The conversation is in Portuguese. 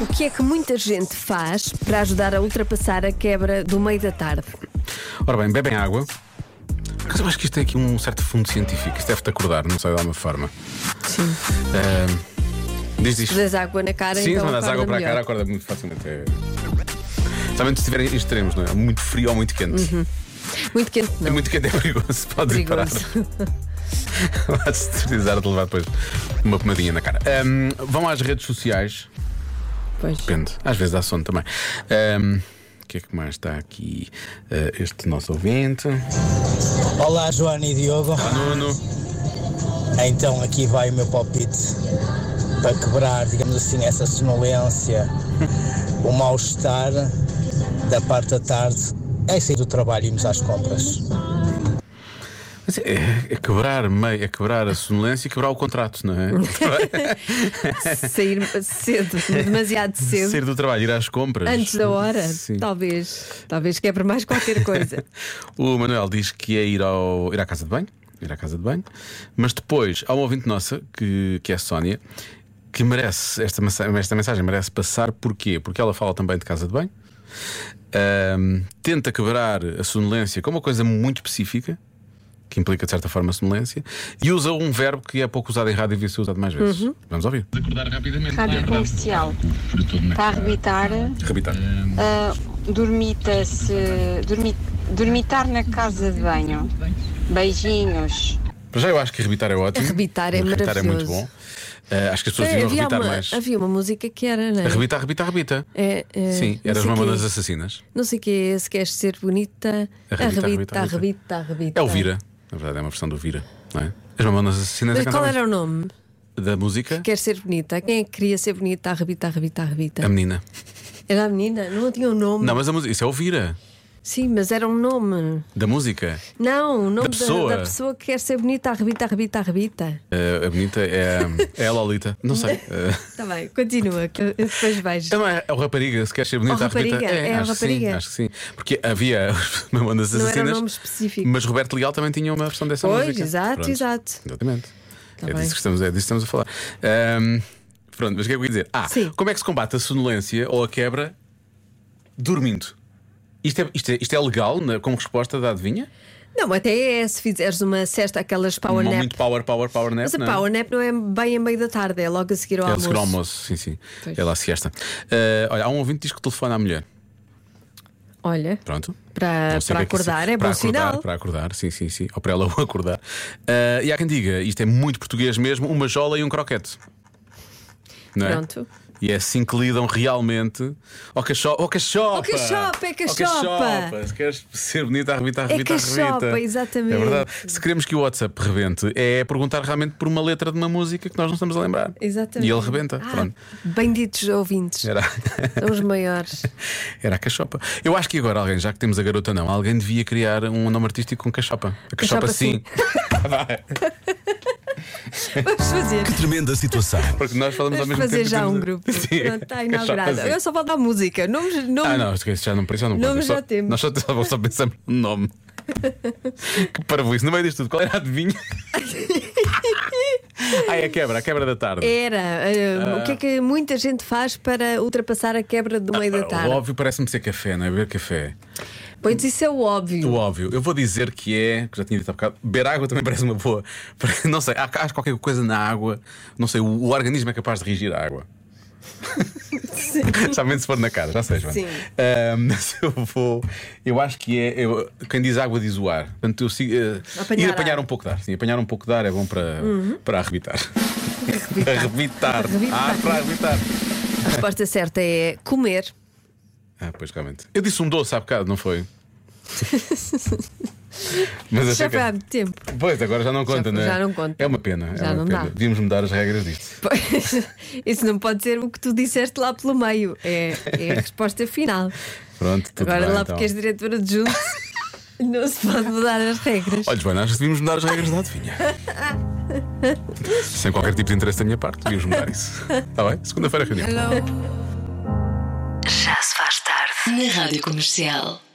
O que é que muita gente faz para ajudar a ultrapassar a quebra do meio da tarde? Ora bem, bebem água. Por acaso eu acho que isto tem aqui um certo fundo científico. Isto deve-te acordar, não sei de alguma forma. Sim. Ah, diz isto. Das água na cara, Sim, se então mandas acorda água para a melhor. cara, acorda muito facilmente. É... Somente se estiverem em extremos, não é? Muito frio ou muito quente. Muito quente, É não. muito quente, é perigoso. Pode ir parar. Uhum. Perigoso. Vai se deslizar de levar depois uma pomadinha na cara. Ahm, vão às redes sociais. Pois. Depende. Às vezes dá sono também. Ahm, o que é que mais está aqui? Ah, este nosso ouvinte. Olá, Joana e Diogo. Nuno. Então, aqui vai o meu palpite para quebrar, digamos assim, essa sonolência, o mal-estar da parte da tarde. É sair do trabalho e irmos às compras. Mas É, é quebrar meio, é quebrar a sonolência e quebrar o contrato, não é? Sair cedo, demasiado cedo. Sair do trabalho, ir às compras. Antes da hora, Sim. talvez. Talvez quebre mais qualquer coisa. O Manuel diz que é ir, ao, ir à casa de banho, ir à casa de banho, mas depois há uma ouvinte nossa, que, que é a Sónia, que merece, esta, mensa- esta mensagem merece passar, porquê? Porque ela fala também de casa de banho, ahm, tenta quebrar a sonolência com uma coisa muito específica. Que implica de certa forma sonolência e usa um verbo que é pouco usado em rádio e devia ser usado mais vezes. Uhum. Vamos ouvir. Rádio comercial para arrebitar, Rebitar. ah, dormita-se, dormi- dormitar na casa de banho. Beijinhos. Para já eu acho que rebitar é ótimo. Rebitar é Rebitar é muito maravilhoso. bom. Ah, acho que as pessoas deviam É, havia, rebitar uma, mais. havia uma música que era, não é? Rebita, rebita, rebita. É, é, Sim, não eras sei uma quê. das assassinas. Não sei o que é, se queres ser bonita, Arrebita, arrebita, arrebita, arrebita, arrebita. É o Vira, na verdade, é uma versão do Vira, não é? As mamonas assassinas Mas é qual cantava era o nome? da música? Quer ser bonita? Quem é que queria ser bonita? Arrebita, arrebita, arrebita. A menina. Era a menina? Não tinha um nome. Não, mas a música, isso é o Vira, Sim, mas era um nome. da música. Não, o nome da, pessoa. da pessoa que quer ser bonita, arrebita, arrebita, arrebita. Eh, a bonita é, é a Lolita. Não sei. eh, Está Tá bem, continua, que eu- depois vais. É uma- é o rapariga, se quer ser bonita, Oh, a repita. rapariga, é a acho que sim, rapariga. acho que sim. Porque havia as mamonas Não era um assassinas. nome específico. Mas Roberto Leal também tinha uma versão dessa Pois, música. exato, exato. Exatamente. Tá é, bem. disso que estamos, é disso que estamos a falar. Ahm, pronto, mas o que é que eu ia dizer? Ah, Sim. como é que se combate a sonolência ou a quebra dormindo? Isto é, isto é, isto é legal né, como resposta da adivinha? Não, até é se fizeres uma cesta, aquelas power Mo- nap. Muito power, power, power nap. Mas a não é? power nap não é bem a meio da tarde, é logo a seguir ao É o almoço. seguir ao almoço, sim, sim. Pois. É lá a siesta. Ah, olha, há um ouvinte que diz que telefona à mulher. Olha, Pronto. para, Não sei o para que é que isso- acordar é para bom acordar, sinal. Para acordar, sim, sim, sim. Ou para ela o acordar. Ah, e há quem diga, isto é muito português mesmo, uma jola e um croquete. Não é? Pronto. E é assim que lidam realmente. Ó cachopa! Ó cachopa! Ó cachopa, é Ó cachopa! cachopa! Se queres ser bonita, arrebita, arrebita, cachopa, arrebita. exatamente. É verdade. Se queremos que o WhatsApp rebente, é perguntar realmente por uma letra de uma música que nós não estamos a lembrar. Exatamente. E ele rebenta. Ah, Pronto. É. Benditos ouvintes. Era. São os maiores. Era a cachopa. Eu acho que agora alguém, já que temos a garota não, alguém devia criar um nome artístico com cachopa. A cachopa, Cachopa sim. sim. Vamos fazer. Tremenda situação. Porque nós falamos ao Vamos mesmo fazer tempo. e já temos- um grupo. Sim. Pronto, está Cachopa, inaugurado. sim. Eu só falta a música. Nomes, nomes- É Ah, não, esquece, já não isso já não Nome conta. já Só- temos. Nós só, só, só pensamos no nome. que parvoíce. No meio disto tudo, qual era a adivinha? Ai, a quebra, a quebra da tarde. É Era. ah, O que é que muita gente faz para ultrapassar a quebra do meio da O tarde? Ah, óbvio parece-me ser café, não é? Beber café. Pois isso é o óbvio. O óbvio, eu vou dizer que é, que já tinha dito há bocado, beber água também parece uma boa. Não sei, há, há qualquer coisa na água, não sei, o, o organismo é capaz de reagir à água. Somente se for na cara, já sei, Joana. Sim. Ahm, mas eu vou, eu acho que é, eu- quem diz água diz o ar. Portanto, eu sigo, eh, Apanhar ir apanhar ar. Uhum. um pouco de ar, sim, apanhar um pouco de ar é bom para, para arrebitar. Arrebitar. arrebitar. Arrebitar. Ah, para arrebitar. A resposta certa é comer. Ah, pois realmente. Eu disse um doce há bocado, não foi? Mas Já achei que- é foi há muito tempo. Pois, agora já não conta, Já- não é? já não conta. É uma pena. Já é uma não pena. dá. Devíamos mudar as regras disto. Pois, isso não pode ser o que tu disseste lá pelo meio. É, é a resposta final. Pronto, tudo Agora bem, lá então. porque és diretora de junto, não se pode mudar as regras. Olha, Joana, acho que devíamos mudar as regras da adivinha. Sem qualquer tipo de interesse da minha parte, devíamos mudar isso. Está bem? Segunda-feira reunião. Já se faz tarde. Na Rádio Comercial.